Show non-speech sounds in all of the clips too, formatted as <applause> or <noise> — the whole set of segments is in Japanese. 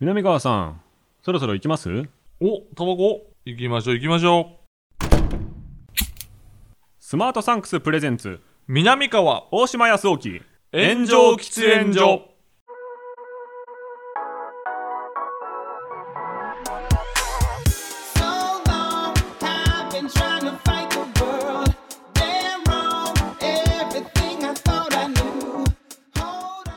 南川さん、そろそろ行きますお、タバコ行きましょう行きましょスマートサンクスプレゼンツ、う。南川、大島康沖、炎上喫煙所。 So long, I've been trying to fight the world. Damn wrong, everything I thought I knew. Hold on.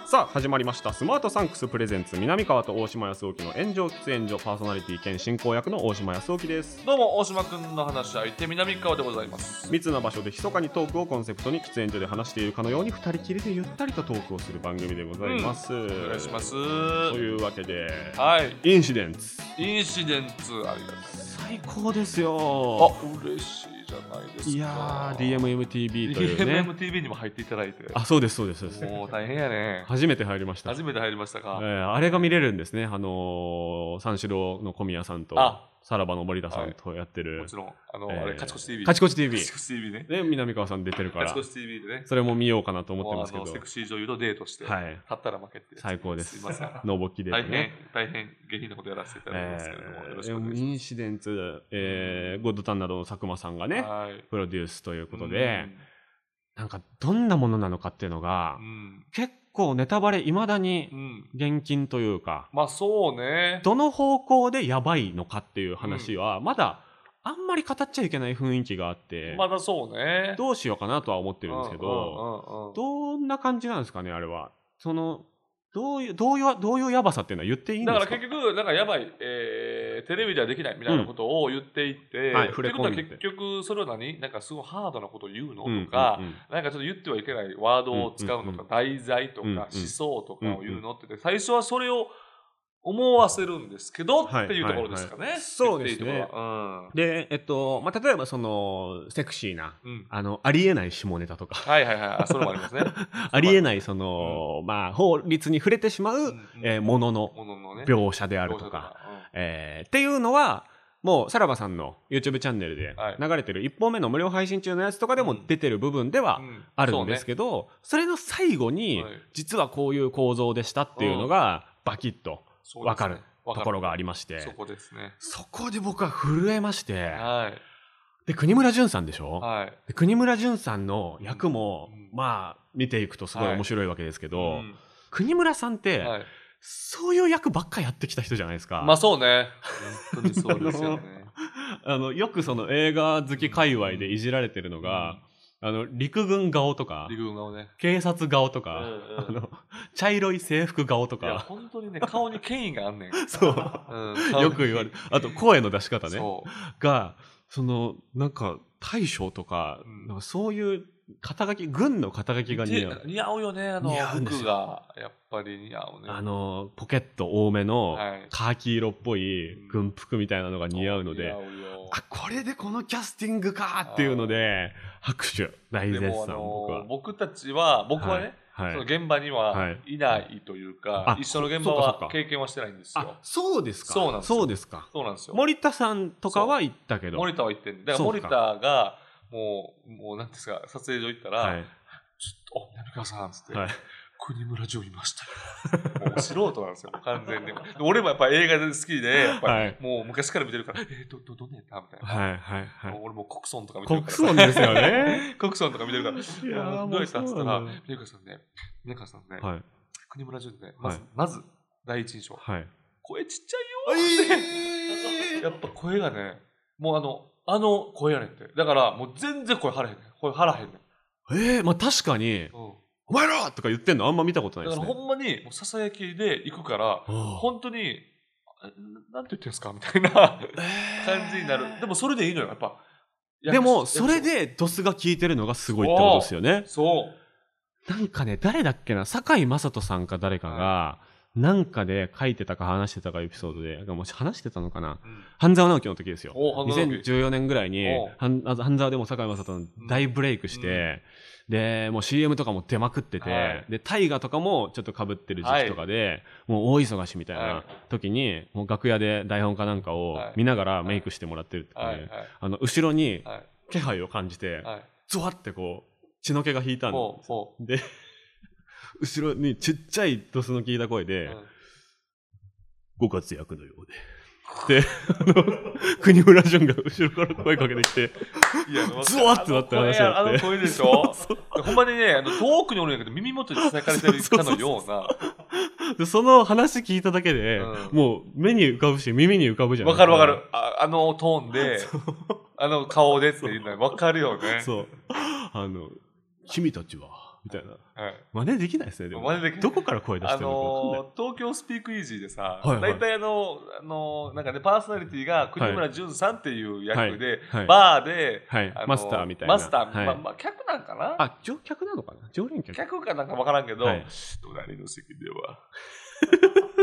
さあ、始まりました。スマートサンクスプレゼンツ、南川と大島康沖の炎上喫煙所、パーソナリティ兼進行役の大島康沖です。どうも、大島くんの話し相手、南川でございます。密な場所で密かにトークをコンセプトに喫煙所で話しているかのように二人きりでゆったりとトークをする番組でございます。お願いします。というわけで、はい。インシデンツ。インシデンツありがと最高ですうよ。。あ、嬉しいじゃないですか。いやー、DMMTV というね。 DMMTV にも入っていただいて。あ、そうです、そうです、そうです。もう大変やね。 <laughs> 初めて入りました。初めて入りましたえか。ーあれが見れるんですね、あのー三四郎の小宮さんとあ、さらばの森田さんとやってる、もちろん、あの、えーあれ、カチコチ TV。カチコチ TV カチコチ TV ね。で南川さん出てるかカチらコ、チ TV でね。それも見ようかなと思ってますけもうあのセどク、シー女優とデートして、はい勝ったら負けっていう。最高ですすいません。、のぼきで大変、ね。大変下品なことやらせていただきますけれども、よろしくおえ願ーいイしンシデンツ、えーゴッドタンなどの佐久間さんがます。ね、はい。プロデュースということうでん、なんかどんなものなのかっていうのがう、ん。結構ネタバレいまだにうん。厳禁というか、まあそうね。どの方向でやばいのかっていう話は、まだあんまり語っちゃいけない雰囲気があって、まだそうね。うっどうしようかなとは思っててるんですけど、どどんな感じなんですかね、あれは。その、どういう、どういう、どういうやばさっていうのは言っていいんですだかから結局、なんかやばい、えー、テレビではできないみたいなことを言っていって、うんはいってこと触はれ込んで結局、それは何なんかすごいハードなことを言うのうんうんうんとか、なんかちょっと言ってはいけないワードを使ううんのうんうとんか、題材とかうんうん思想とかを言うのってて、最初はそれを思わせるんですけどはいっていうところですかはいはねい。そうですね言っていいところはで、えっと、まあ、例えばその、セクシーな、うん。うんあの、ありえない下ネタと <laughs> か、はいはいはいあ、それもありますね。ありえないその、まあ、法律に触れてしまう、えーもののもののね。描写であると描写か、。えーっていうのはもうさらばさんの YouTube チャンネルではい流れてる1本目の無料配信中のやつとかでも出てる部分ではうんあるんですけど、それの最後にはい実はこういう構造でしたっていうのがバキッとそうね分かるところがありりましてそこですね。そこで僕は震えましてはい。で国村淳さんでしょはい。で国村淳さんの役もうんまあ見ていくとすごいはい面白いわけですけど、うん国村さんってはいそういう役ばっかやってきた人じゃないですか。まあそうね。本当にそうですよね。あのよくその映画好き界隈でいじられてるのが、あの陸軍顔とか陸軍顔ね。警察顔とうんか、うんあの茶色い制服顔といや、か本当にね、顔に権威があんねん。 <laughs> <laughs> そうう <laughs> んよく言われるあと声の出し方ねそうがそのなんか大将とか,、うんなんかそういう肩書き軍の肩書きが似合でう似合うよね、あの似合うんですよ服が。やっぱり似合うね。あのポケット多めのはいカーキ色っぽい軍服みたいなのが似合うので、似合うよあこれでこのキャスティングかっていうので拍手大で絶も、あ賛僕はの、。僕たちは、僕はね、はいその現場にははいいないというか、あ一緒の現場そうかそうはか経験はしてないんですよあ。そうですかそうなんですよですかそうなんですよ。森田さんとかは行ったけど森田は行ってんだからそう森か田が、もう、もう、なんていうんですか、撮影所行ったら、はいちょっと、あ、南川さん、つって、はい国村城いましたよ。もう素人なんですよ、もう完全に。で俺もやっぱ映画で好きで、やっぱり、はいもう昔から見てるから、えー、ど、ど、どんなやったみたいな。はいはいはいもう俺もうコクソンとか見てる国から。村です <laughs> よねコクソンとか見てるから。いやーどうもやうったそっつったうら、なんだ宮川さんね、宮川さんね、はい国村淳ね、まず、はいまず、第一印象、はい声ちっちゃいよーって、やっぱ声がね、もうあの、あの声やねんって。だから、もう全然声張らへんねん。声張らへんねん。えー、まあ確かにうん「お前ら!」とか言ってんのあんま見たことないだでかすらねほんまに、もうささやきで行くから、ほ本当に、あなんて言ってんすかみた <laughs> いな感じになる。でもそれでいいのよ、やっぱ。でもそれ役でドスが効いてるのがすごいってことですよね所、そう。なんかね誰だっけな堺雅人さんか誰かが、なんかで書いてたか話してたかエピソードでもし話してたのかなうん半沢直樹の時ですよ。お半沢直樹2014年ぐらいにお、半半沢でも堺雅人の大ブレイクして、で、もう CM とかも出まくってて、はいで、大河とかもちょっと被ってる時期とかで、もう大忙しみたいはない時に、もう楽屋で台本かなんかをはい見ながらメイクしてもらってるってね、はい、はい、あの、後ろにはい、気配を感じて、はい。ゾワってこう、血の気が引いたんでほう、ほう。で、後ろにちっちゃいドスの効いた声で、うんご活躍のようで。で、あの、国村淳が後ろから声かけてきて、いや、あ <laughs> のズワッてなった話がああって。の声で <laughs> しょほんまにね、あの遠くにおるんやけど耳元で伝えかれてるかのような。で、その話聞いただけで、うんもう目に浮かぶし、耳に浮かぶじゃん。わかるわかる。。ああのトーンで、あの顔でっていうのわかるよ <laughs> ね。そう。あの、君たちは、みたいな。はい真似できないですね、でも。真似できないどこから声出しあてるのかわかんない。のー東京スピークイージーでさ、はいはい大体あの、あのーなんかね、パーソナリティが国村淳さんっていう役で、はいバーで、はいあのーマスターみたいなマスター、はいまあまあ、客なんかなあ、乗客なのかな常連客。客かなんか分からんけど、はい隣の席で <laughs> は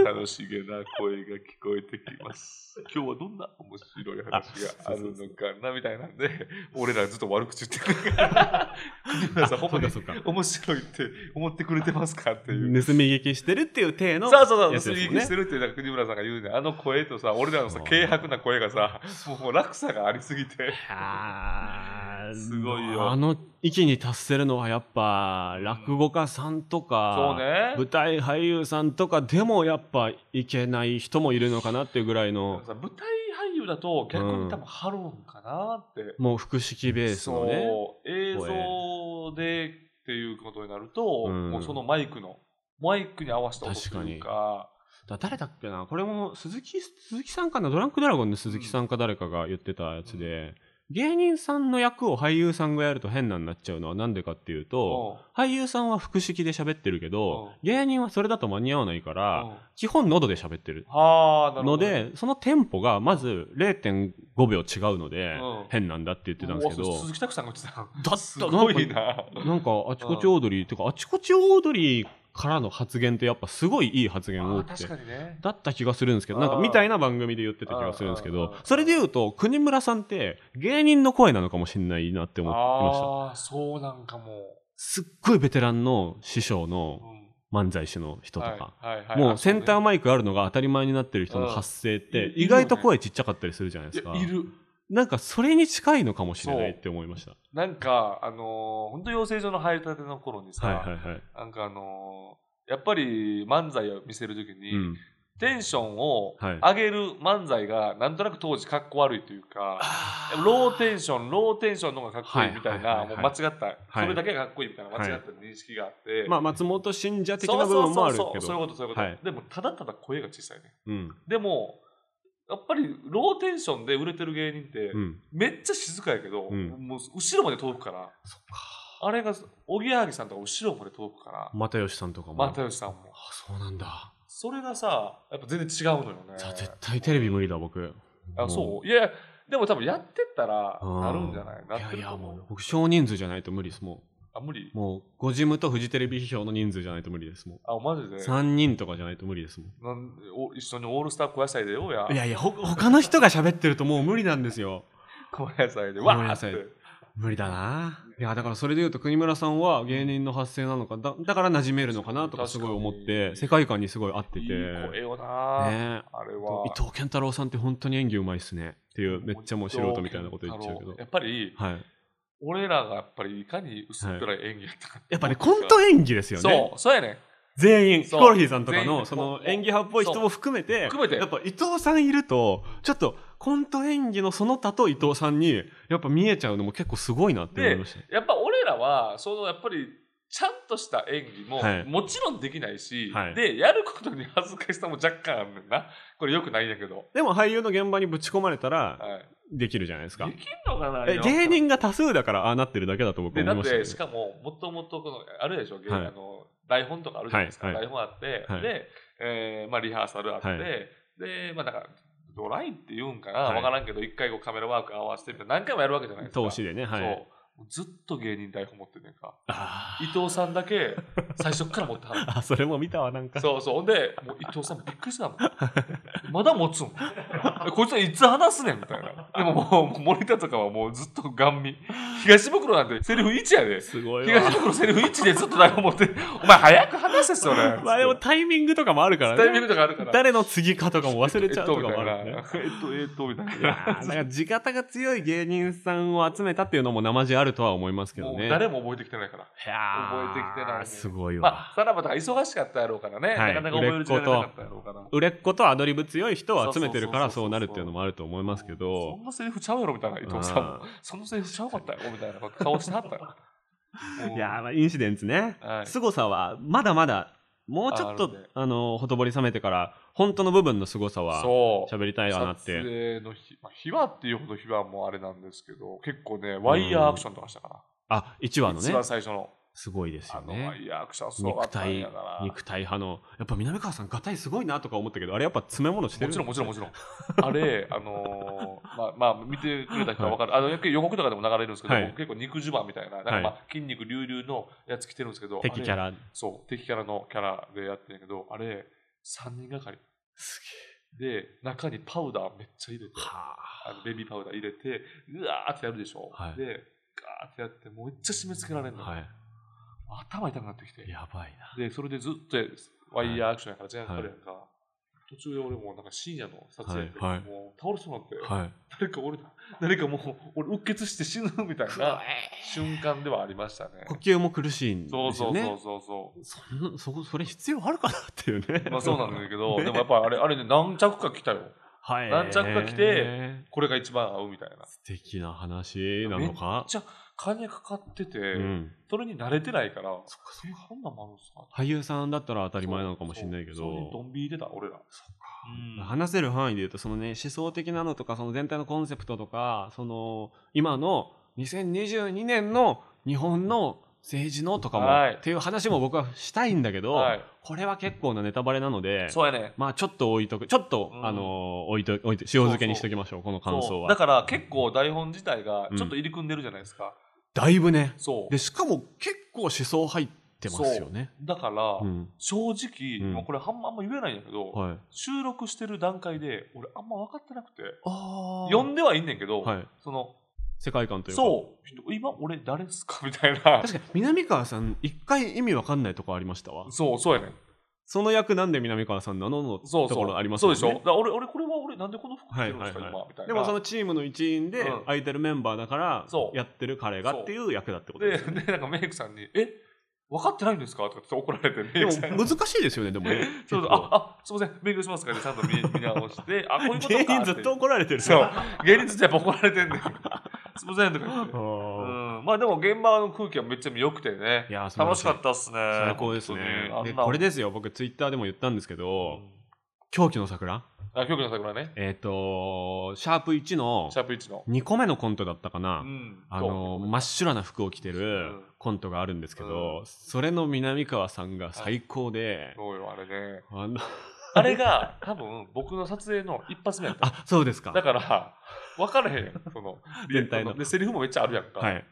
楽しげな声が聞こえてきます。今日はどんな面白い話があるのかなみたいなん <laughs> で、俺らずっと悪口言ってるから、国村さん、ほんまにそうかそう面白いって思ってくれてますかっていう。盗み聞きしてるっていう体のそうそうそう、やつ盗でみすもん聞きしてるって、なんか国村さんが言うね、あの声とさ、俺らのさあ、ー軽薄な声がさ、もうもう落差がありすぎて、あーすごいよあの域に達せるのはやっぱ落語家さんとそかう、ね。 <laughs> 舞台俳優さんとかでもやっぱいけない人もいるのかなっていうぐらいでのもさ舞台俳優だと逆に多分ハロンかなって、もう複式ベースのねそう映像でっていうことになると、うんもうそのマイクのマイクに合わせた音というかだ誰だっけなこれも鈴木鈴木さんかなドランクドラゴンの鈴木さんか誰かが言ってたやつで、芸人さんの役を俳優さんがやると変なになっちゃうのはなんでかっていうと、俳優さんは複式で喋ってるけど、うん芸人はそれだと間に合わないから、うんうん基本喉で喋ってるはあなるのほどねで、そのテンポがまず0.5秒違うので、うん変なんだって言ってたんですけうわどそう、鈴木拓さんが言ってただったすごいななんかあちこちオードリー、てかあちこちオードリーからの発言ってやっぱすごいいい発言多あくて確か。にねだった気がするんですけど、なんかあーみたいな番組で言ってた気がするんですけあーどあー、それで言うと、国村さんって芸人の声なのかもしれないなって思ってました。ああそうなんかもすっごいベテランの師匠う、うのん漫才師の人とはいか、はいはいもあうセンターそマイクあるのが当たり前になってる人の発声ってうんい意外と声ちっちゃかったりするじゃないですうかねいやいるなんかそれに近いのかもしれないって思いましたなんかあのー、本当養成所の入りたての頃にさ、はいはいはい、なんかあのー、やっぱり漫才を見せるときに、うん、テンションをはい上げる漫才がなんとなく当時かっこ悪いというか、あローテンションローテンションの方がかっこいいみたいはいはなはいいもうはい間違ったはいそれだけがかっこいいみたいな間違った認識があってまあ松本信者的そうな部そう分もそあうるそけうそういうどことそういうこはいとでもただただ声が小さいねうんでもやっぱりローテンションで売れてる芸人ってうんめっちゃ静かやけどうんもう後ろまで遠くからあれがおぎやはぎさんとか後ろまで遠くから又吉さんとかも、又吉さんもあそうなんだ、それがさやっぱ全然違うのよねじゃあ絶対テレビ無理だ僕あもそういやでも多分やってったらうんなるんじゃないいなっやているとや思うもうよ僕少人数じゃないと無理ですもあ無理うもうごジムとフジテレビ批評の人数じゃないと無理ですもあマジうで3人とかじゃないと無理ですもんなんお一緒にオールスター小野菜でようやいやいや、ほ、 <laughs> 他の人が喋ってるともう無理なんですよ。小野菜で小わ野ーっ菜て無理だな。いや、だからそれで言うと国村さんは芸人の発声なのか、だだから馴染めるのかなとかすごい思っ確かて、に世界観にすごい合ってて。いい声ねよな、えあれは伊藤健太郎さんって本当に演技うまいっすね。っていう、めっちゃもう素人みたいなこと言っちゃうけどや。っぱりはい。俺らがやっぱりいかに薄っぺらい演技やったかやっぱね、コント演技ですよね。そうそうやね全員、ヒそうコロヒーさんとか全の、員その演技派っぽい人も含めて、そう含めてやっぱ伊藤さんいると、ちょっとコント演技のその他と伊藤さんに、やっぱ見えちゃうのも結構すごいなって思いました。やっぱ俺らはそのやっぱりちゃんとした演技も、はいもちろんできないし、はいでやることに恥ずかしさも若干あるねんなこれよくないんやけど、でも俳優の現場にぶち込まれたらはい、できるじゃないですかで。きんのかなえ芸人が多数だからああなってるだけだと僕で思だいっました、てね。しかももともとこのあるでしょ、芸はいあの台本とかあるじゃないですか、はいはい台本あって、はいで、えーまあ、リハーサルあって、はいでまあなんかドライって言うんかな、はわいからんけど一回こうカメラワーク合わせてみたいな何回もやるわけじゃないですか投資でね、はそうい。もうずっと芸人台本持ってんねんかあ伊藤さんだけ最初っから持ってはるー <laughs> あ、それも見たわ、なんか。そうそうほんでもう伊藤さんびっく <laughs> りしたもんまだ持つんこいつはいつ話すねんみたいなでももう森田とかはもうずっとガン見東袋なんてセリフ1やですごい東わ。袋セルフ1でずっと台本持って、お前早く話せそれ。まあでもタイミングとかもあるからね。タイミングとかあるから。誰の次かとかも忘れちゃうとかもあるからね。えっと、えっと、みたいいやーな。なんか地方が強い芸人さんを集めたっていうのも生地あるるとは思いますけどもね。う誰も覚えてきてないから。いやー覚えてきてないねすごいわ。まあ、さらばとか忙しかったやろうからね。はいなかなか覚える時間がなかったやろうから。売れっ子とアドリブ強い人を集めてるからそそうそうそうそううなるっていうのもあると思いますけそどんなセリフちゃうやろみたいな、伊藤さんも。そのセリフちゃうかったよみたいな顔してはったよ。うん <laughs> いやーまあインシデンツね、はい凄さはまだまだもうちょっあとるねあのほとぼり冷めてから本当の部分の凄さはそう。喋りたいわなっ撮て影の日、まあ、秘話っていうほど秘話もあれなんですけど、結構ね、ワイヤーアクションとかしたから。あ1話の一ね番最初の。すごいですあよのワねイヤーアクションすごか肉ったん体やから。肉体派のやっぱ南川さんがたいすごいなとか思ったけどあれやっぱ詰め物してるもちろんもちろんもちろん。あれ、あのーまあ、まあ、見てくれた人は分かる。あの予告とかでも流れるんですけど、はい結構肉襦袢みたいな、なんかまあ、筋肉隆々のやつ着てるんですけど、敵キャラ。ラそう、敵キャラのキャラでやってるけど、あれ、3人がかり。すで、中にパウダーめっちゃ入れて、げえはあのベビーパウダー入れて、うわーってやるでしょ。はいで、ガーってやって、もうめっちゃ締め付けられるあの、はい頭痛くなってきて。やばいなで、それでずっとワイヤーアクションやから、ジャイアントはいやんか、途中で俺もうなんか深夜の撮影で、はいはいもう倒れそうになって、はい誰か俺だ、誰かもう俺、うっ血して死ぬみたいな瞬間ではありましたね。呼吸も苦しいんですそようねそうそうそうそう。そんなそこそれ必要あるかなっていうね。 <laughs> まあそうなんだけど、ねでもやっぱあれ、あれね、何着か来たよ。はい。軟着が来て。これが一番合うみたいな。素敵な話なのか。じゃあ、金かかってて、うん。それに慣れてないから、そっかそっえか。こんなんもあるんすか俳優さんだったら当たり前なのかもしれないけそうそうそうどいう。ドン引いてた、俺ら。そ話せる範囲で言うとそのね思想的なのとかその全体のコンセプトとかその今の2022年の日本の政治のとかも、はいっていう話も僕はしたいんだけど、はいこれは結構なネタバレなのでそうやね。まあちょっと置いとくちょっと、うんあのー置いと置いて塩漬けにしときましょうこの感想そうはだから結構台本自体がうんちょっと入り組んでるじゃないですか、だいぶねそうでしかも結構思想入ってますよね。だから、うん正直、うんまあこれあんまあんま言えないんだけど、はい、収録してる段階で俺あんま分かってなくてあ読んではいいんねんけど、はい、その世界観というかそう人今俺誰っすかみたいな確かに南川さん一回意味わかんないとこありましたわそうそうやねんその役なんで南川さんなののそうとそこうろありますそようねでしょだから俺俺これは俺なんでこの服着てはいるんではいすか、今はみたいい、なでもそのチームの一員でうん空いてるメンバーだからそうやってる彼がっていう役だってことですよでねでなんかメイクさんに「え分かってないんですか?」とかって怒られてメイでクもさんに難しいですよねでもね <laughs> そうそうあああすみません勉強しますから、ね、ちゃんと見 <laughs> 見直してあこういうことか芸人ずっと怒られてるそう。芸人ってやっぱ怒られてんねん。すいませんとか言って。あうーん、まあでも現場の空気はめっちゃ良くてねいやー素晴ら楽ししいかったっすね最高ですね本当にであんなこれですよ僕ツイッターでも言ったんですけうどん「狂気の桜」あ京子の桜ねえっ、とシャープ1のシャープ1の、 2個目のコントだったかな、うんあのと真っ白な服を着てうるんコントがあるんですけど、うそれの南川さんが最高で、そうよあれねあのあれが多分僕の撮影の一発目やったあそうですかだから分からへん <laughs> やんその全体のでセリフもめっちゃあるやんか、はい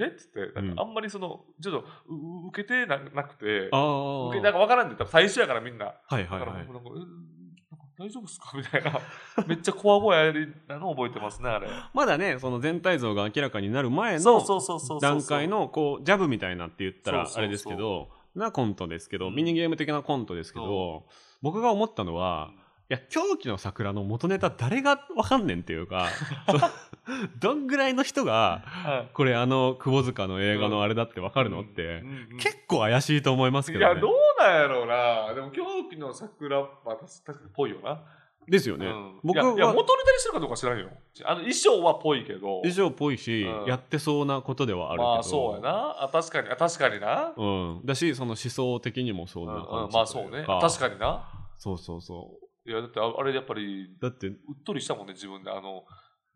えっつってなんかあんまりそのちょっとうう受けてななくてあー受けなんか分からんで多分最初やからみんなはいはいだからはい僕なんか、えーなんか大丈夫ですかみたいな、 <laughs> めっちゃこわごわやりなの覚えてますね、あれ。まだねその全体像が明らかになる前そのうそうそうそうそう。段階のこうジャブみたいなって言ったらそうそうそあうれですけどなコントですけど、うんミニゲーム的なコントですけど僕が思ったのは、いや狂気の桜の元ネタ誰がわかんねんっていうか <laughs> そうどんぐらいの人がはい、これあの窪塚の映画のあれだってわかるのって、うんうん結構怪しいと思いますけいど、ね、や、どうなんやろうな。でも、狂気の桜は確かにぽいよな。ですよね、うん僕いやいや、は元ネタにしてるかどうか知らんよ。あの衣装はぽいけど。以上っぽいし、うんやってそうなことではあるけど、まあ、そうやな。あ確かに、あ確かにな。うん、だしその思想的にもそううんなう感ん、じまあ、そうね。確にかにな。そうそうそいや、だって、ああれ、やっぱり、うだってうっとりしたもんね、自分で、あの、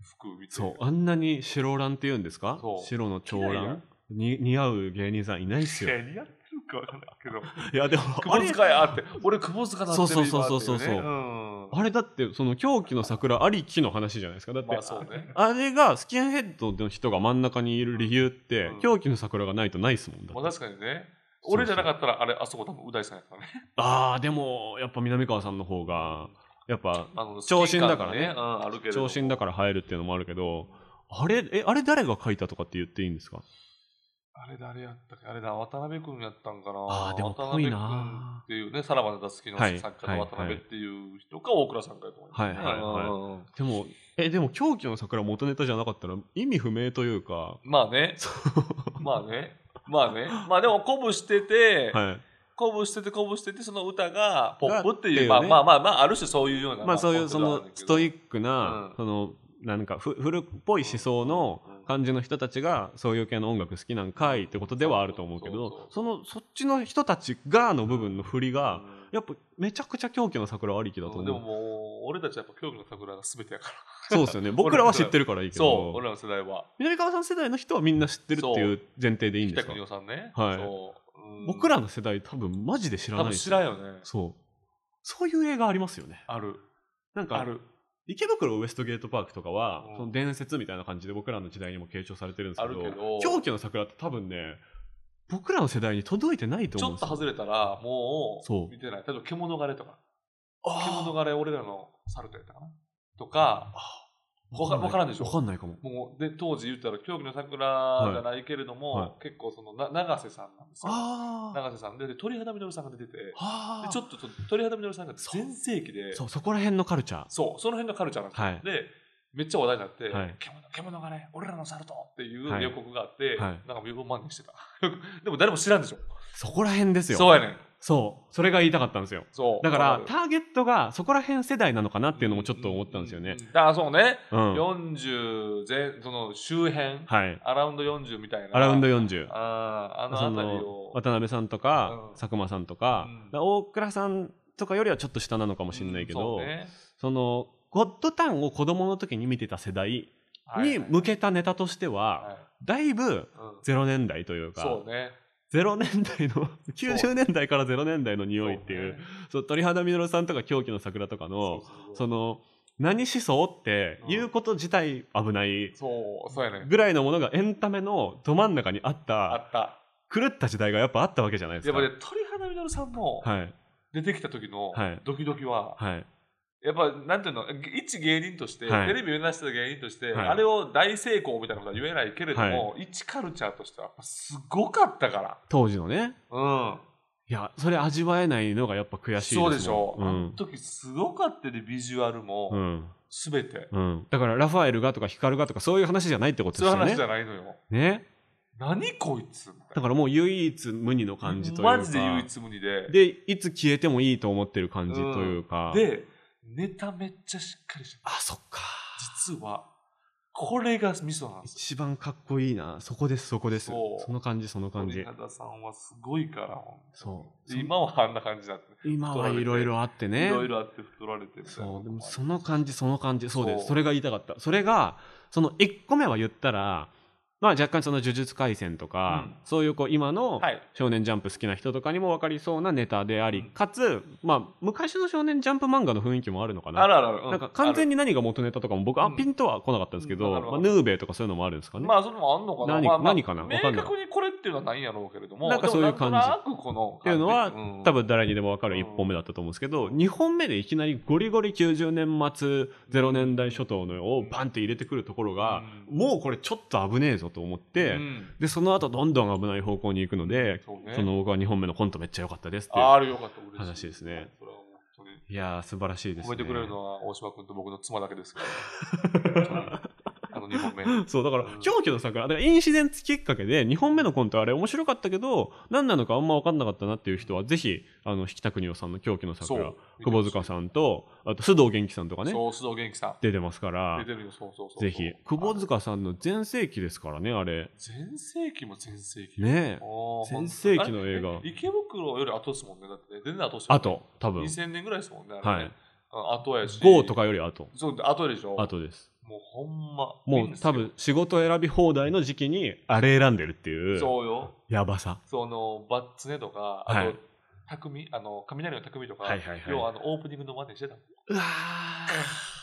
服見て。そうあんなに白蘭って言うんですかそう白の長いやいや蘭に似合う芸人さんいないっすいよや、似合ってるかわかんないけど。いやでも <laughs> あ窪れ塚やあって俺窪塚だってるそうそうそうそうそう今っていねうんあれだってその狂気の桜ありきの話じゃないですかだって、まあそうねあれがスキンヘッドの人が真ん中にいる理由って、うん狂気の桜がないとないっすもんだってまあ確かにねそうそう俺じゃなかったらあれあそこ多分う大さんやったねああでもやっぱ南川さんの方がやっぱあの長身だからスキねー感うんあるけれど長も身だから入るっていうのもあるけどあれえあれ誰が書いたとかって言っていいんですかあれ誰やったっけあれだ渡辺君やったんかなあーでも渡濃い辺君なっていうねさらばのたすきのはい作家の渡はい辺はっいていう人か大倉さんかやと思うはいはいはいうんうんうんでもえでも狂気の桜元ネタじゃなかったら意味不明というかまあねそまあねまあねまあでも鼓舞してて、うはい鼓舞してて鼓舞しててその歌がポップっていうがっていうねまあまあまあまあある種そういうようなまあそういうそのストイッックな、うんそのなんかふ古っぽい思想のうん感じの人たちがそういう系の音楽好きなんかいってことではあると思うけそうそうどそのそっちの人たちがの部分の振りがやっぱめちゃくちゃ狂気の桜ありきだとで思うももう俺たちはやっぱ興味の桜が全てやからそうですよね僕らは知ってるからいいけ <laughs> そうど俺らの世代は南川さん世代の人はみんな知ってるっていう前提でいいんで北すか国夫さんねはいそううん僕らの世代多分マジで知らない多分です知よらんよねそうそういう映画ありますよねあるなんかある池袋ウエストゲートパークとかは、うんその伝説みたいな感じで僕らの時代にも継承されてるんですけどあるけど狂気の桜って多分ね僕らの世代に届いてないとち思うんょっですとよ外れたらもそうう見てない例えば獣枯れとか獣あ枯れ俺らの猿とやったかなとかーわかわからんでしょわかんないかももうで当時言ったら「狂気の桜」じゃないけれども、はいは結構そのな永瀬さんなんですよあー永瀬さんでで鳥肌みのるさんが出ててであーちょっとと鳥肌みのるさんがそう全盛期でそうそこら辺のカルチャーそうその辺がカルチャーなんですよ、はいでめっちゃ話題になって「はい獣獣がね俺らの猿と」っていはうい予告があって、はいなんか無言万にしてた <laughs> でも誰も知らんでしょそこら辺ですよそうやねんそうそれが言いたかったんですよそうだからわタるーゲットがそこら辺世代なのかなっていうのもちょっと思ったんですよねうううだからそうね、うん40前その周辺、はいアラウンド40みたいなアラウンド40あーあその辺りのを渡辺さんとか、うん佐久間さんとか,、うん大倉さんとかよりはちょっと下なのかもしれないけど、うんそうねそのゴッドタンを子供の時に見てた世代はいに向けたネタとしては、はいだいぶうん0年代というか、そうね0年代 <laughs> の90年代から0年代の匂いっていうそう鳥肌みのるさんとか狂気の桜とかそのうねそうその何思想っていうこと自体危ないそうそうやねぐらいのものがエンタメのど真ん中にあっあたった狂った時代がやっぱあったわけじゃないですやっか。ぱね鳥肌みのるさんのはい出てきた時のはいドキドキははい、やっぱなんていうのげ一芸人としてはいテレビを出してた芸人としてはいあれを大成功みたいなことは言えないけれども一カルチャーとしてはやっぱすごかったから当時のねうんいやそれ味わえないのがやっぱ悔しいですもそんうでしょうあのん時すごかったでビジュアルうもん全てうん、だからラファエルがとかヒカルがとかそういう話じゃないってことそうでいすよねう話じゃないのよね何こいつみたいなだからもう唯一無二の感じというかマジで唯一無二でででいつ消えてもいいと思ってる感じというか、ネタめっちゃしっかりしてるあそっか実はこれがミソなんですよ一番かっこいいなそこですそこですそそうの感じその感鳥じ肌さんはすごいからほんとそうで今はあんな感じだって今はいろいろあってねいろいろあって太られてみたいなそうでもその感じじその感じそうですそうそれが言いたかったそれがその1個目は言ったらまあ若干その呪術廻戦とか、うんそういうこう今のはい少年ジャンプ好きな人とかにも分かりそうなネタであり、うんかつまあ昔の少年ジャンプ漫画の雰囲気もあるのかなあるあるあるうなんか完全にに何が元ネタとかも僕あうんピンとは来なかったんですけど、うんわかるまあ、わヌーベイとかそういうのもあるんですかね、まあそれもあんのかな何まあまあ何かなわ明かんない確にこれっていうのはないんやろうけれどもなんかそういうでもなんとなくこのっていうのは感じ多分誰にでも分かる1本目だったと思うんですけど、2本目でいきなりゴリゴリ90年末0年代初頭のをバンって入れてくるところが、うんもうこれちょっと危ねえぞと思って、うんでその後どんどん危ない方向に行くので、そうねその僕は2本目のコントめっちゃ良かったですっていうああれよかった嬉しい話ですねそれは本当にいやー素晴らしいです褒ねめてくれるのは大島君と僕の妻だけで <laughs> すから。あの2本目。そうだからうん狂気の桜だからインシデンツきっかけで2本目のコントあれ面白かったけど何なのかあんま分かんなかったなっていう人はぜひあの引田邦夫さんの狂気の桜久保塚さんとあと須藤元気さんとかねそう、須藤元気さ出てますかん。ら出てるよ、そうそうそう。ぜひ久保。塚さんの全盛期ですからねあれ全盛期も全盛期。ねえおー全盛期の映画あれえ池袋より後ですもんね。だってね、全然後ですよねあと多分2000年ぐらいですもんね。はいあとやし。 GO と。かよりあとそう、後でしょ。あ。とですもうほんま。もみんうな多分仕事選び放題の時期にあれ選んでるっていうそうよ。やばさその、バッツネとか、はあいと、匠、あの、雷の匠とか、はいはいはい要はあのオープニングの真似してたのうわ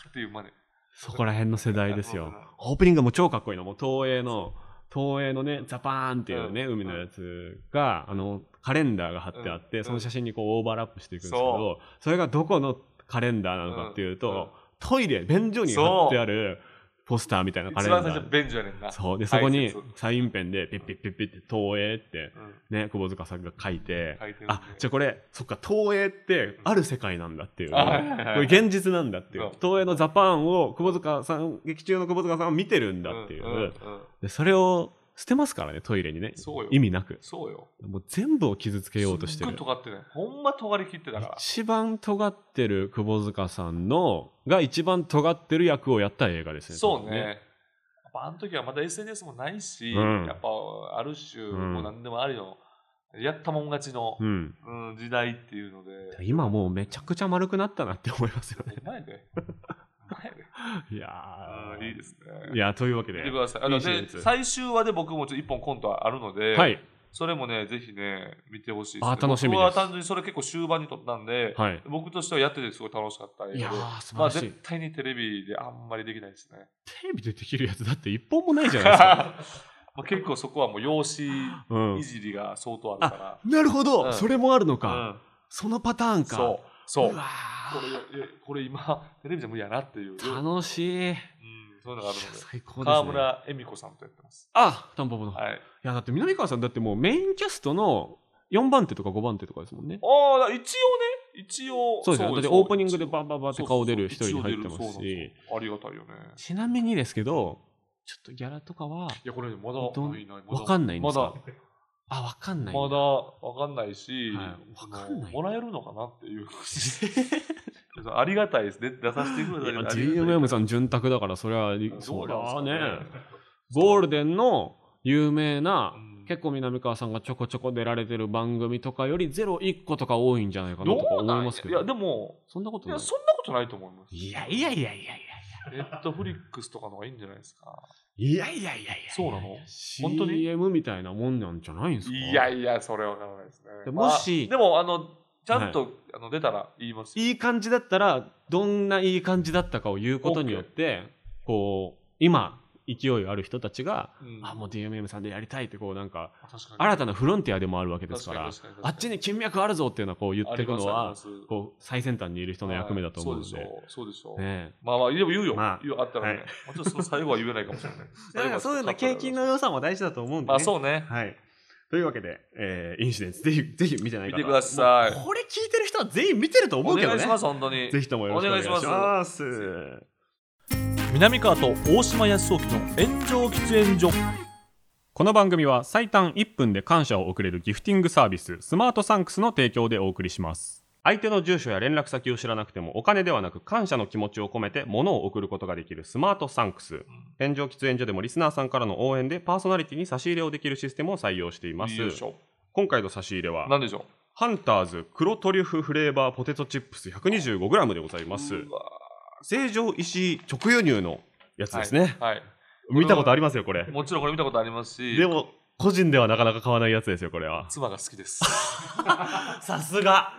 っていう真似。そこら辺の世代ですよなる。オープニングがもう超かっこいいの。もう東映の、東映のね、ザパーンっていうね、うん海のやつが、あの、カレンダーが貼ってあって、うんその写真にこうオーバーラップしていくんですけど、それがどこのカレンダーなのかっていうと、うんうんトイレ、便所に貼ってある、ポスターみたいなカレ一ンダ番ー最初ベンジやねんな。そうでそこに挨拶をサインペンでピッピッピッピッって東映ってうんね久保塚さんが書いて書いてるんであじゃあこれそっか東映ってある世界なんだっていう、あはいはいはいこれ現実なんだっていうそう東映のザパンを久保塚さん劇中の久保塚さんを見てるんだっていう、んんうんでそれを捨てますからねトイレにねそうよ。意味なくそうよ。もう全部を傷つけようとしてすっるごい尖ってね。ほんま尖り切ってたから。一番尖ってる久保塚さんのが一番尖ってる役をやった映画ですねそうね。やっぱあの時はまだ SNS もないし、うんやっぱある種、うんもう何でもあるよ。やったもん勝ちの多、分ねうん、時代ってい <laughs> うので。うん、今もうめちゃくちゃ丸くなったなって思いますよね前で。前 <laughs> で。いやあーーいいですね。いやというわけで見てください。あのいいシリでーズ最終話で僕もちょっと一本コントあるので、はいそれもね、ぜひね、見てほしいあー楽しみです僕は単純にそれ結構終盤に撮ったんで、はい僕としてはやっててすごい楽しかった映画でいやー素ま晴あらしい、絶対にテレビであんまりできないです <laughs> ね。テレビでできるやつだって一本もないじゃ <laughs> ないですか、まあ結構そこはもう容姿うんい、じりが相当あるかなるほど、うんそれもあるのら。か、そのパターンうんかそう、そう。うわこれいやこれ今、テレビじゃ無理やなっていう。うん、ー楽しいいやそういうのがあるので。最高ですね川村恵美子さんとやってます。あタンポポの、い、はい。やだって南川さんだってもうメインキャストの4番手とか5番手とかですもんねああ、だから一応ね、一応。そうですよだってオープニングでバンバンバンって顔出る一そう人そう入ってます一応出るしそうなんですよありがたいよね。ちなみにですけどちょっとギャラとかはいや、これねまだどんないない。まだわかんないんでますかだ、あわかん <laughs> ないんだまだわかんないし、はいわかんないもうもらえるのかなっていう。ありがたいですね。出させてく <laughs> いれやただけでありがたい GMM さん潤沢だからそれはそれはねゴゴールールデンの有名なうん結構南川さんがちょこちょこ出られてる番組とかよりゼロ1個とか多いんじゃないかなどとかう思ないんまやすけいや、どでも、そんなこといなや、いそんなことないと思います。いやいやいやいやいやネットフリックスとかの方がいいんじゃないですか。いやいやいやいやそうなの本本当当にに CM みたいなもんなんじゃないんですかいやいや、それはわからないですね。でもしまあでも、あの、ちゃんと、あの出たら言いますよ。いい感じだったらどんないい感じだったかを言うことによってこう今勢いある人たちが、うんあもう DMM さんでやりたいってこうなんか確かに新たなフロンティアでもあるわけですから確かに確かに確かあにっちに金脈あるぞっていうのはこう言っていくのありはますありますこう最先端にいる人の役目だと思うので,、はいそうでしょう。そうでしょう。ねまあまあ、でも言うよ。まあ言うあったらね。はい。もちろんその最後は言えないかもしれない <laughs> なんかそういうの経験の良さも大事だと思うんで、ねまあそうね。はい、というわけで、えーインシデンツぜひぜひ見てない方見てくださいもうこれ聞いてる人は全員見てると思おうけど願いねします、本当に。ぜひともよろしくお願いしますお願いします南川と大島康沖の炎上喫煙所。この番組は最短1分で感謝を送れるギフティングサービススマートサンクスの提供でお送りします相手の住所や連絡先を知らなくてもお金ではなく感謝の気持ちを込めて物を送ることができるスマートサンクス炎上喫煙所でもリスナーさんからの応援でパーソナリティに差し入れをできるシステムを採用していますよいしょ。今回の差し入れはなんでしょハンターズ黒トリュフフレーバーポテトチップス 125g でございますう。うわ成城石井直輸入のやつですね、はい。は見たことありますよこれいもちろんこれ見たことありますし、でも個人ではなかなか買わないやつですよこれは妻が好きです。さすが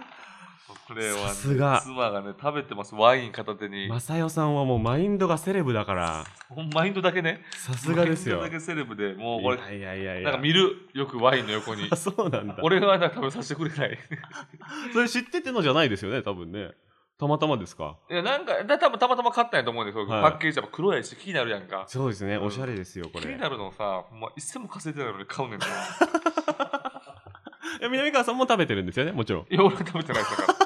これはね、さすが妻がね、食べてます。ワイン片手に。マサヨさんはもうマインドがセレブだからほんマインドだけね。さすがですよマインドだけセレブで、もうこれ、いやいやいやいなやんか見る。よくワインの横にあ。そうなんだ俺はなんか食べさせてくれない。それ知っててのじゃないですよね多分ねたまたまですかいや、なんか、だ多分たまたま買ったんやと思うんですよ。はいパッケージやっぱ黒やし気になるやんか。そうですねうんおしゃれですよこ気にれなるのさ、ほんま一銭も稼いでないのに買うねんな。いえ南川さんも食べてるんですよねもちろんや、俺は食べてないです <laughs> だから。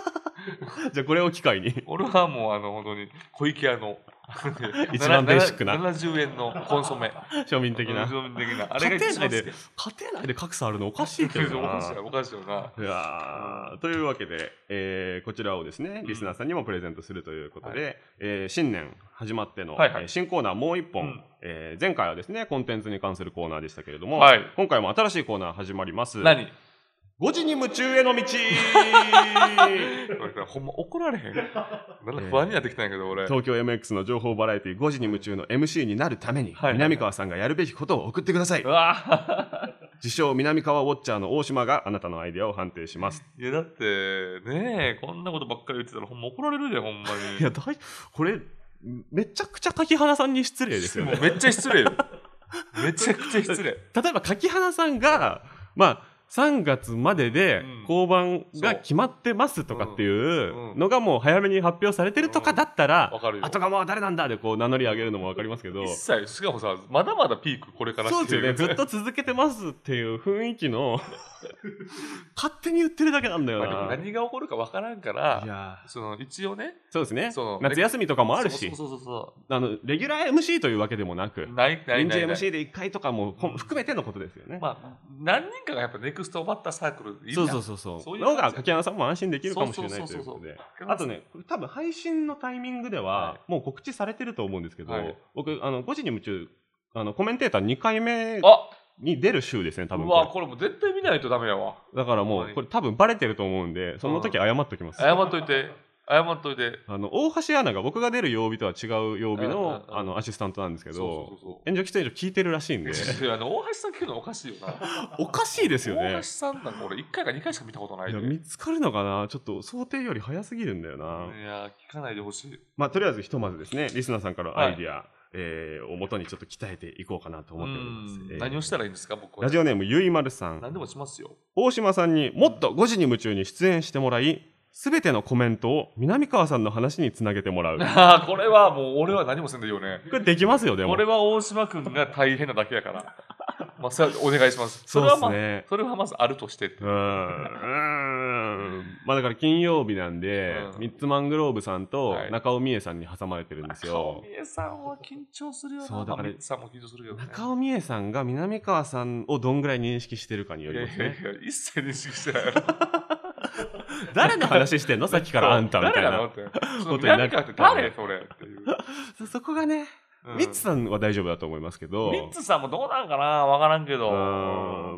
じゃあこれを機会に。俺はもう、あの、本当に、小池屋の <laughs> 一番ベーシックなな70円のコンソメ。庶民的な非常に的な。あれが家庭一番内好で。き家庭内で格差あるのおかしいけどおかしいなよおかしいよな。いやーというわけで、えーこちらをですねリスナーさんにもプレゼントするということで、えー新年始まっての、はいはいえー新コーナーもう一本、うんえー前回はですねコンテンツに関するコーナーでしたけれども、はい今回も新しいコーナー始まります何5時に夢中へ <laughs> の道俺ほんま怒られへん。なんか不安になってきたんやけど、俺。東京 MX の情報バラエティ5時に夢中の MC になるために、はいはい南川さんがやるべきことを送ってくださいうわ自称南川ウォッチャーの大島があなたのアイデアを判定しますぁいや、だって、ねえ、こんなことばっかり言ってたら、ほんま怒られるで、ほんまに。いやだいこれめちゃくちゃ柿原さんに失礼 <laughs> ですよねもうめっちゃ失礼よ。めちゃくちゃ失礼。例えば柿花さんがまあ3月まででうん交番が決まってますとかっていううんのがもう早めに発表されてるとかだったら、 <laughs> わかるよあとがもう誰なんだでこう名乗り上げるのも分かりますけど一切菅穂さんまだまだピークこれからそうですよねずっとと続けてますっていう雰囲気 <laughs> の勝手に言ってるだけなんだよまあ、でもな。何が起こるかわからんかいらやその一応ねそうですねその夏休みとかもあるしそうそうそうそあのレギュラー MC というわけでもなくうないない臨時ないない MC で1回とかもこ含めてのことですよね。まあ何人かがやっぱネクストバッターサークルでいいそうそうそそうそう。そういうの感じが柿山さんも安心できるかもしれないそうといそううそうことで。うあとね、これ多分配信のタイミングではは、もう告知されてると思うんですけど、はい僕、あの、5時に夢中、あの、コメンテーター2回目あに出る週ですね、多分うこわれ。これもう絶対見ないとダメやわだからもはう、いこれ多分バレてると思うんで、その時謝っときます。謝っとい <laughs> て謝っといてあの、大橋アナが僕が出る曜日とは違う曜日うんうんの、うんあの、アシスタントなんですけそうそうど、そうそう炎上喫煙所聞いてるらしいんで、いやあの大橋さん聞く <laughs> のおかしいよな。おかしいですよ大ね橋。さんなんか俺1回か2回しか見たことないいで。や、い見つかるのかなちょっと想定より早すぎるんだよな。や、聞かないでほしい。まあ、とりあえずひとまずですね、リスナーさんからのアイディア、えーをもとにちょっと鍛えていこうかなと思っております。えー何をしたらいいんですか、僕は。ラジオネームゆいまるさ何ん、でもしますよ。大島さんにもっと5時に夢中に出演してもらい、すべてのコメントを南川さんの話につなげても <laughs> らう。こああ、これはもう俺は何もせんでいいよね。れできますよ、でも。これは大島君が大変なだけやから。 <laughs> まあ、それはお願いします。そそうれはまですあ、ね。それはまずあるとしてってうーんうーんまあだから金曜日なんで、うんミッツマングローブさんとはい中尾美恵さんに挟まれてるんですよ中。尾美恵さんは緊張するよな。そうだからまあ美恵さんも緊張するけどね。中尾美恵さんが南川さんをどんぐらい認識してるかによいやりいますやねい。や、一切認識してないやろ。誰の話してんのさっきからあんたみたい誰なのな。って。ことにな誰るかって誰それっていう。そそこがね、うんミッツさんは大丈夫だと思いますけどミ、ッツさんもどうなんかなわからんけど。う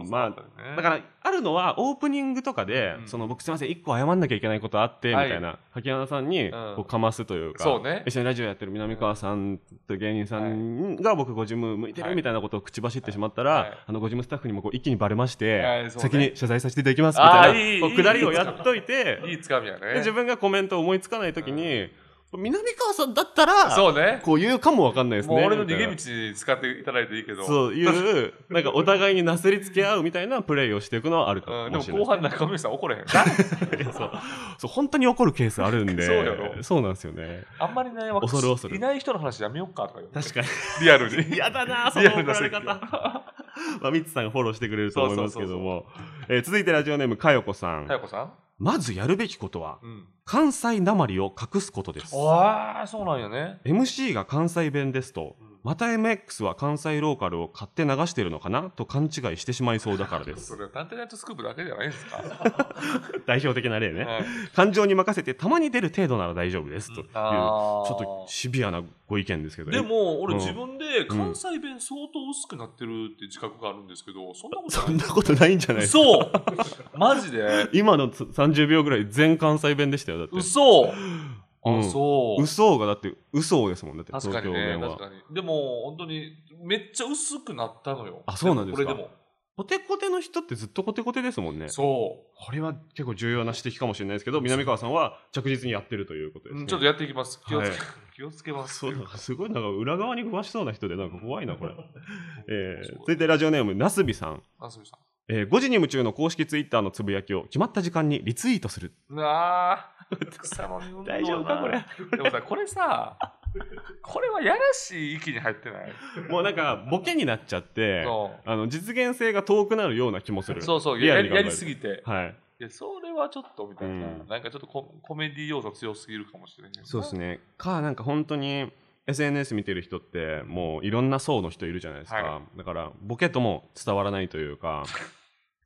んまああだから、あるのはオープニングとかで、うんその僕すいません、一個謝んなきゃいけないことあって、みはいたいな、柿原さんにうんこうかますというか、そうね一緒にラジオやってる南川さんという芸人さんが僕、ご事務向いてはるいみたいなことを口走ってしまったはいら、あのご事務スタッフにもこう一気にバレまして、はいそうね先に謝罪させていただきます、みあーたいいいいいな、こうくだりをやっといて、 <laughs> いいつかみやね。で自分がコメントを思いつかないときに、南川さんだったら、そうね。こう言うかもわかんないですね。もう俺のみた逃いげな道に使っていただいていいけど。そういう、なんかお互いになすりつけ合うみたいなプレイをしていくのはあるかうん、でももしれない。後半中森さん怒れへん。誰いやそうそう本当に怒るケースあるんで、そうやろそうなんですよね。あんまりね、わ恐る恐るいない人の話やめようかとか言う確かに。リアルに。嫌だ <laughs> な、そリのア怒ルなら説れ教方。まあ、ミッツさんがフォローしてくれると思いますけども。えー続いてラジオネーム、かよこさん。佳代子さんまずやるべきことは、うん。関西なまりを隠すことです。ああ、そうなんよね。 MC が関西弁ですと、うんまた MX は関西ローカルを買って流してるのかなと勘違いしてしまいそうだからです <laughs> そ。れは探偵ナイトスクープだけじゃないですか。代表的な例ね。はい感情に任せてたまに出る程度なら大丈夫ですという、ちょあーっとシビアなご意見ですけどねでも、俺うん自分で関西弁相当薄くなってるって自覚があるんですけど、そんなことそないんなことないんじゃないですか嘘マジで今のつ30秒ぐらい全関西弁でしたよだって嘘うあ、んそう。嘘がだって嘘ですもんだって確か東に京ね、弁確はかに。でも、本当に、めっちゃ薄くなったのよ。あそうなんですか俺でも。コテコテの人ってずっとコテコテですもんねそこれは結構重要な指摘かもしれないですけど南川さんは着実にやってるということでうすうん。ねちょっとやっていきます。気をつけ <laughs> はい、気をつけます。そうなんかすごいなんか裏側に詳しそうな人でなんか怖いなこ <laughs> れ、えー、続いて、てラジオネームなすびさんあすみさん。えー5時に夢中の公式ツイッターのつぶやきを決まった時間にリツイートする。うわー、草の根運動だ <laughs> 大丈夫かこれ。でもさ、これさ、 <laughs> これはやらしい域に入ってない。もうなんか、ボケになっちゃって、そうあの、実現性が遠くなるような気もする。そうそう、リアやルにり考やえるりすぎて。はい。いや、それはちょっとみたいな。うんなんかちょっとココメディ要素強すぎるかもしれない。そうですね。か、なんか本当に、SNS 見てる人って、もういろんな層の人いるじゃないですか。はだから、ボケとも伝わらないというか、 <laughs>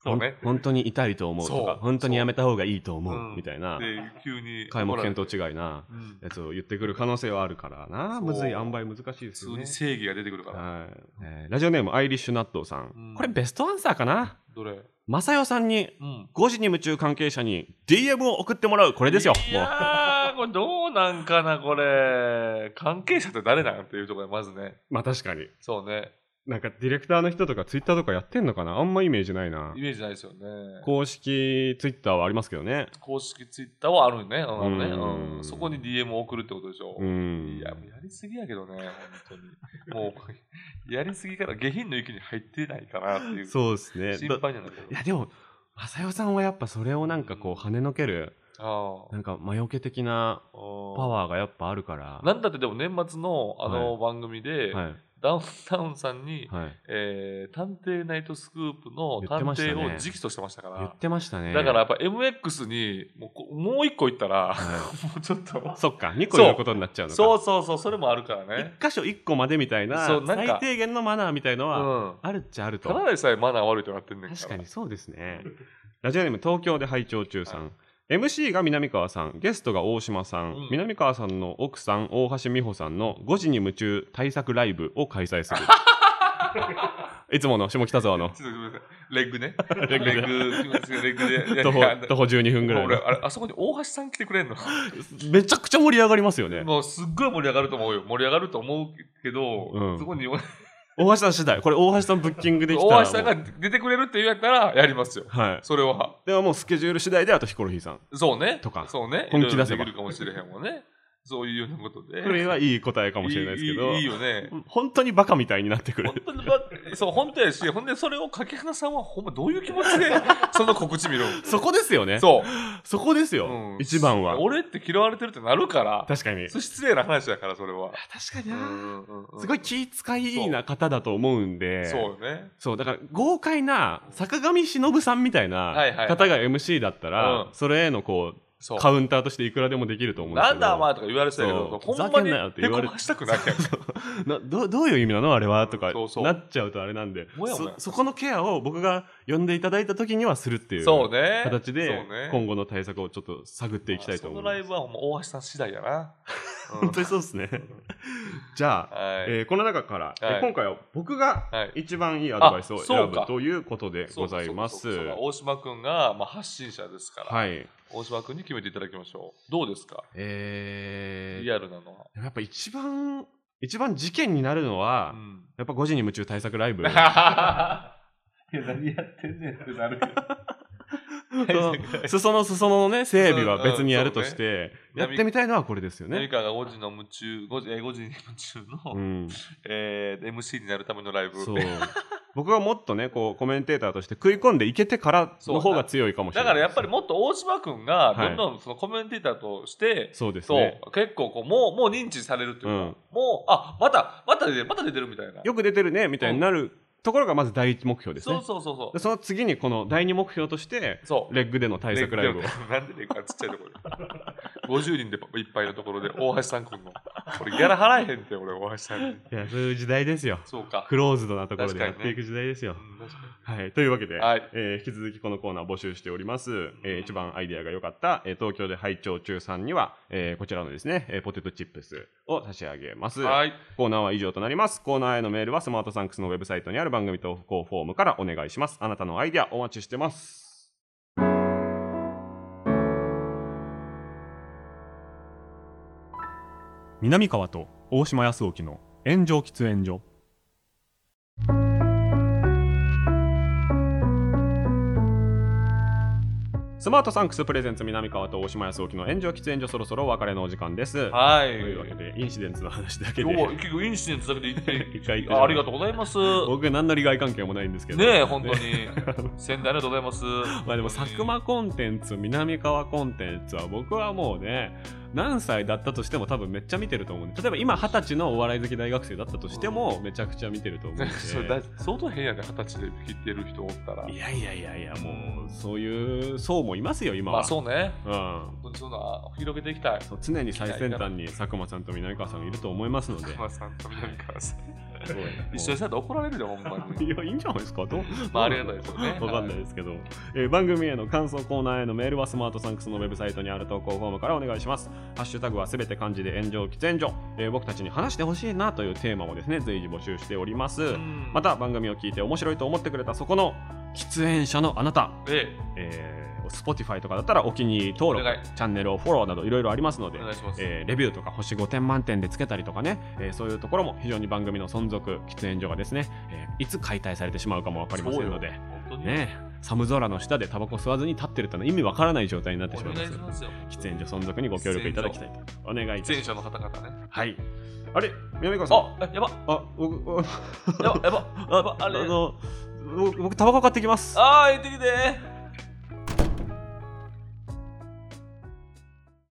そうね。ほん本当に痛いと思うとそうか、本当にやめた方がいいと思う、うんみたいな、で、急に。開目見当違いなうんやつを言ってくる可能性はあるからな。そうむずい、塩梅難しいです普通よねに。正義が出てくるから。はいえーラジオネームアイリッシュナットさん、うんこれベストアンサーかなどれマサヨさんにうん。 5時に夢中関係者に DM を送ってもらうこれですよいもうやー、これどうなんかな、これ。関係者って誰なんっていうところで、まずね。まあ確かにそうね。なんかディレクターの人とかツイッターとかやってんのかなあんまイメージないなイメージないですよね。公式ツイッターはありますけどね公式ツイッターはあるよね。うんあるねうんうんそこに DM を送るってことでしょ。うんいや、もうやりすぎやけどね、本当に。もう、やりすぎから下品の域に入ってないかなっていう。そうですね心だ配じゃないけどいやでも正代さんはやっぱそれをなんかこう跳ねのけるああなんか魔除け的なパパワーがやっぱあるからなんだってでも年末のあの番組で、はいダウンタウンさんに、はいえー探偵ナイトスクープの言っ探てましたね偵を直訴してましたから言ってましたねだ <laughs> からやっぱ MX にもうこもう一個行ったら、 <laughs> はもうちょっとそっか2個やることになっちゃうのかそうそうそうそれもあるからね、 1箇所1個までみたいなそうなん最か低限のマナーみたいのうはん、あるっちゃあるとただでさえマナー悪いとなってんねんから確かにそうです <laughs> ねラジオネーム東京で拝聴中さん、MC が南川さんゲストが大島さん、うん南川さんの奥さん大橋美穂さんの「5時に夢中対策ライブ」を開 <laughs> 催するいつもの下北沢のちょっとごめんなさいレッグね <laughs> レッグでレッグレッ <laughs> グでいや徒い歩や徒歩12分ぐらい俺のあれあそこに大橋さん来てくれんのめちゃくちゃ盛り上がりますよねもうすっごい盛り上がると思うよ盛り上がると思うけど、うんそこに大橋さん次第これ大橋さんブッキングできたら大橋さんがも出てくれるって言うやったらやりますようはいそれはではもうスケジュール次第であとヒコロヒーさんそうねとかそうね本気出せばいろいろできるかもしれへんもんねそういうようなことでこれはいい答えかもしれないですけどいいいいよね本当にバカみたいになってくる本当にばそう本当やしほんでそれを掛花さんはほんまどういう気持ち <laughs> でその告知見るんそこですよねそそこですう、よ、うん一番は俺って嫌われてるってなるから確かにそれ失礼な話だからそれは確かにうんうんうんすごい気使いいいな方だと思うんでそうよねそうだから豪快な坂上忍さんみたいはいはいはない方が MC だったら、うんそれへのこそううカウンターとしていくらでもできると思うんですなけどんだお前とか言われてたけどそうほんまふざけにんなよってへ言わこれましたくないやんなどうどういう意味なのあれはとかそうそうなっちゃうとあれなんでもやもやそそこのケアを僕が呼んでいただいた時にはするっていうそうね形で、そうね今後の対策をちょっと探っていきたいと思いそのまライすブはもう大橋さん次第や <laughs> な。うん本当にそう <laughs> ですねじゃあ、はい、えーこの中から、えーはい今回は僕がはい一番いいアドバイスをあそう選ぶかということでございます。そうかそうかそうか大島君が、まあ、発信者ですから、はい。大島君に決めていただきましょう。どうですかえーリアルなのは。でもやっぱ一番、一番事件になるのは、うん、やっぱ5時に夢中対策ラ <laughs> イブ。いや何やってんねんってなるけど。 <laughs> その裾野裾野のね、整備は別にやるとして、うんうんそうねやってみたいのはこれですよ何ね。かが5時の夢中、5時えー5時に夢中の、うん、えー MC になるためのライブ。 <laughs> そう僕はもっとねこうコメンテーターとして食い込んでいけてからの方が強いかもしれだなかいらですやっぱりもっと大島君がどんどんそのコメンテーターとして、そうですそう、ね結構こうもうもう認知されるっていうか、うんもうあまたまた出てるまた出てるみたいなよく出てるねみたいになるところがまず第一目標ですねそうそうそうそでその次にこの第二目標としてうそうレッグでの対策ライブをレッグでなんで <laughs> レッグがちっちゃいところで50人でいっぱいのところで大橋さん来んの俺ギャラ払えへんって俺大橋さんにいやそういう時代ですよそうかクローズドなところでやっ確かにねていく時代ですよ、うん確かにはいというわけで、はいえー引き続きこのコーナー募集しております、えー一番アイデアが良かった、えー東京で拝聴中さんには、えーこちらのですね、えーポテトチップスを差し上げます、はいコーナーは以上となりますコーナーへのメールはスマートサンクスのウェブサイトにある番組投稿フォームからお願いしますあなたのアイデアお待ちしてます南川と大島康沖の炎上喫煙所スマートサンクスプレゼンツ南川と大島康沖の炎上喫煙所そろそろお別れのお時間です。はというわけいでインシデンツの話だけ今で日は結構インシデントだけで一回言行っっててしまうあありがとうございます僕何の利害関係もないんですけどねえ本当に仙台ありがとうございます <laughs> まあでも佐久間コンテンツ南川コンテンツは僕はもうね何歳だったとしても多分めっちゃ見てると思うんで例えば今二十歳のお笑い好き大学生だったとしてもめちゃくちゃ見てると思うんで <laughs> それだ相当変やね二十歳で切ってる人おったらいやいやいやいやもうそういう層もいますよ今まは、あそうねうん本当にそんな広げていきたいそう常に最先端に佐久間さんと南川さんがいると思いますので佐久間さんと南川さん <laughs> すごいもう一緒にしたら怒られるよほんまにいや、いいんじゃないですか。どうまあありがたいですよ <laughs> ねわかんないですけど、えー番組への感想コーナーへのメールはスマートサンクスのウェブサイトにある投稿フォームからお願いします。ハッシュタグはすべて漢字で炎上喫煙所、えー僕たちに話してほしいなというテーマをですね、随時募集しております。また、た番組を聞いて面白いと思ってくれたそこの喫煙者のあなた、ええー Spotify とかだったらお気に入り登お願録いチャンネルをフォローなどいろいろありますのでえ、お願いします。えーレビューとか星5点満点でつけたりとかね、えーそういうところも非常に番組の存続喫煙所がですね、えーいつ解体されてしまうかも分かりませんのでそうよ本当にね寒空の下でタバコ吸わずに立ってるというのは意味わからない状態になっておしまい願まいすしのまですよ。喫煙所存続にご協力いただきたいとお願いいたし喫煙ます者の方々ね。はいあれ南川さんあ、えやば、あ僕あやば、やば、やば、ああれ。の僕僕タバコ買ってきますあー、行ってきて。